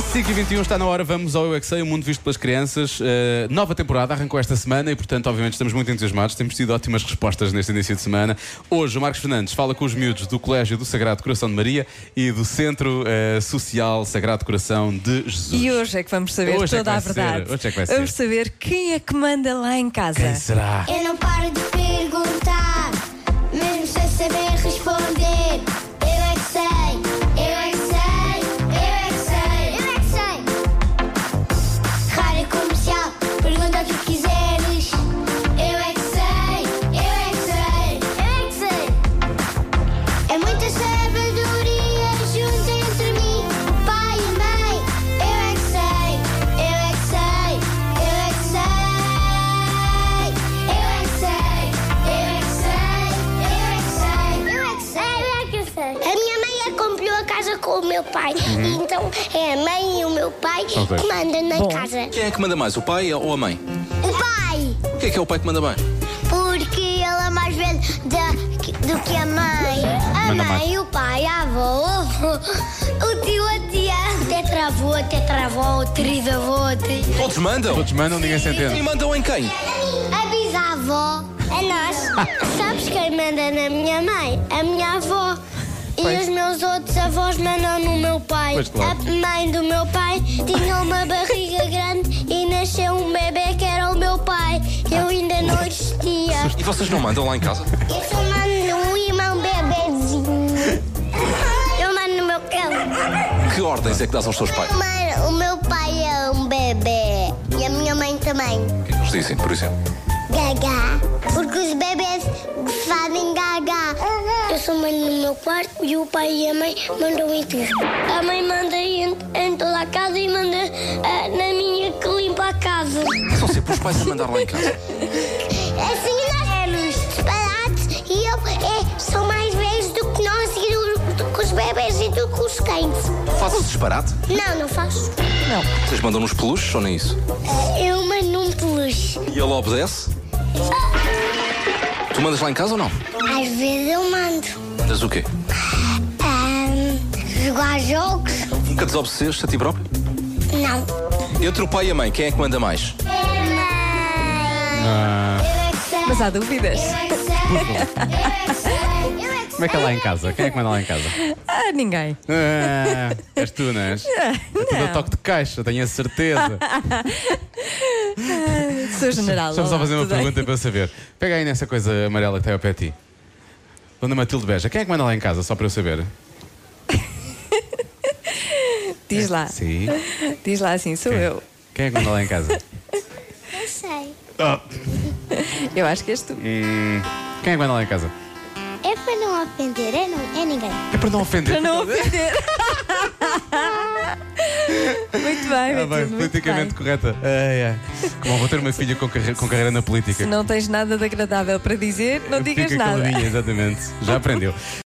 5 e 21 está na hora, vamos ao Eu é Que Sei, o mundo visto pelas crianças. Eh, nova temporada arrancou esta semana e, portanto, obviamente estamos muito entusiasmados. Temos tido ótimas respostas neste início de semana. Hoje o Marcos Fernandes fala com os miúdos do Colégio do Sagrado Coração de Maria e do Centro eh, Social Sagrado Coração de Jesus. E hoje é que vamos saber Hoje é que toda vai a verdade. ser, hoje é que vai vamos ser. saber quem é que manda lá em casa. Quem será? Eu não paro de perguntar, mesmo sem saber responder. Eu é que sei, eu é que sei, eu é que sei, eu é que sei. Rádio comercial, pergunta o que quiseres. Eu é que sei, eu é que sei, eu é que sei. É muita sabedoria junto entre mim, pai e mãe. Eu é que sei, eu é que sei, eu é que sei. Eu é que sei, eu é que sei, eu é que sei. Eu é que sei, eu é que sei. A minha mãe é que comprou a casa com o meu pai. Então é a mãe e o meu pai Ok. que mandam na casa. Quem é que manda mais, o pai ou a mãe? O pai, O que é que é o pai que manda mais? porque ele é mais velho da- do que a mãe. A Manda mais. mãe, o pai, a avó, o avô, o tio, a tia. O tetravô, a tetravó, o trisavô, a tri... Todos mandam? Todos mandam, ninguém se E entende. mandam em quem? A bisavó, a nós. Sabes quem manda na minha mãe? A minha avó. E os meus outros avós mandam no meu pai. Pois claro. A mãe do meu pai tinha uma barriga grande e nasceu um bebê que era o meu pai. Eu ainda não existia. E vocês não mandam lá em casa? Eu só mando um irmão bebezinho. Eu mando o meu cão. Que ordens é que dás aos teus pais? O meu pai é um bebê. E a minha mãe também. O que é que eles dizem, por exemplo? Gaga. Porque os bebês fazem gaga. Eu sou mãe no meu quarto e o pai e a mãe mandam em tudo. A mãe manda em, em toda a casa e manda ah, na minha que limpa a casa. São sempre os pais a mandar lá em casa. Assim nós éramos separados e eu é, são mais velhos do que nós e do, do que os bebês e do que os cães. Fazes disparate? Não, não faço. Vocês mandam nos peluches ou nem isso? Eu mando um peluche. E ele obedece? Tu mandas lá em casa ou não? Às vezes eu mando. Mandas o quê? Ahm, jogar jogos? Nunca desobedeceste a ti próprio? Não. Entre o pai e a mãe, quem é que manda mais? Ah, Mas há dúvidas? é como é que é lá em casa? Quem é que manda lá em casa? Ah, ninguém. Ah, és tu, não és? É tudo a toque de caixa, tenho a certeza. Sou general. Estamos só olá, fazer uma tudo bem? pergunta para eu saber. Pega aí nessa coisa amarela que está ao pé de ti. Dona Matilde Beja, quem é que manda lá em casa, só para eu saber? Diz lá. Sim. Diz lá assim, sou eu. Quem é que manda lá em casa? Não é sei. Eu acho que és tu. Hum, quem é que manda lá em casa? É para não ofender, é, não, é ninguém. É para não ofender. Para não ofender. Ah, muito bem, Matilde, bem, muito politicamente bem. correta. Ai, ai. Como vou ter uma filha com, carre- com carreira na política. Se não tens nada de agradável para dizer, não digas Fica nada. caladinha, exatamente. Já aprendeu.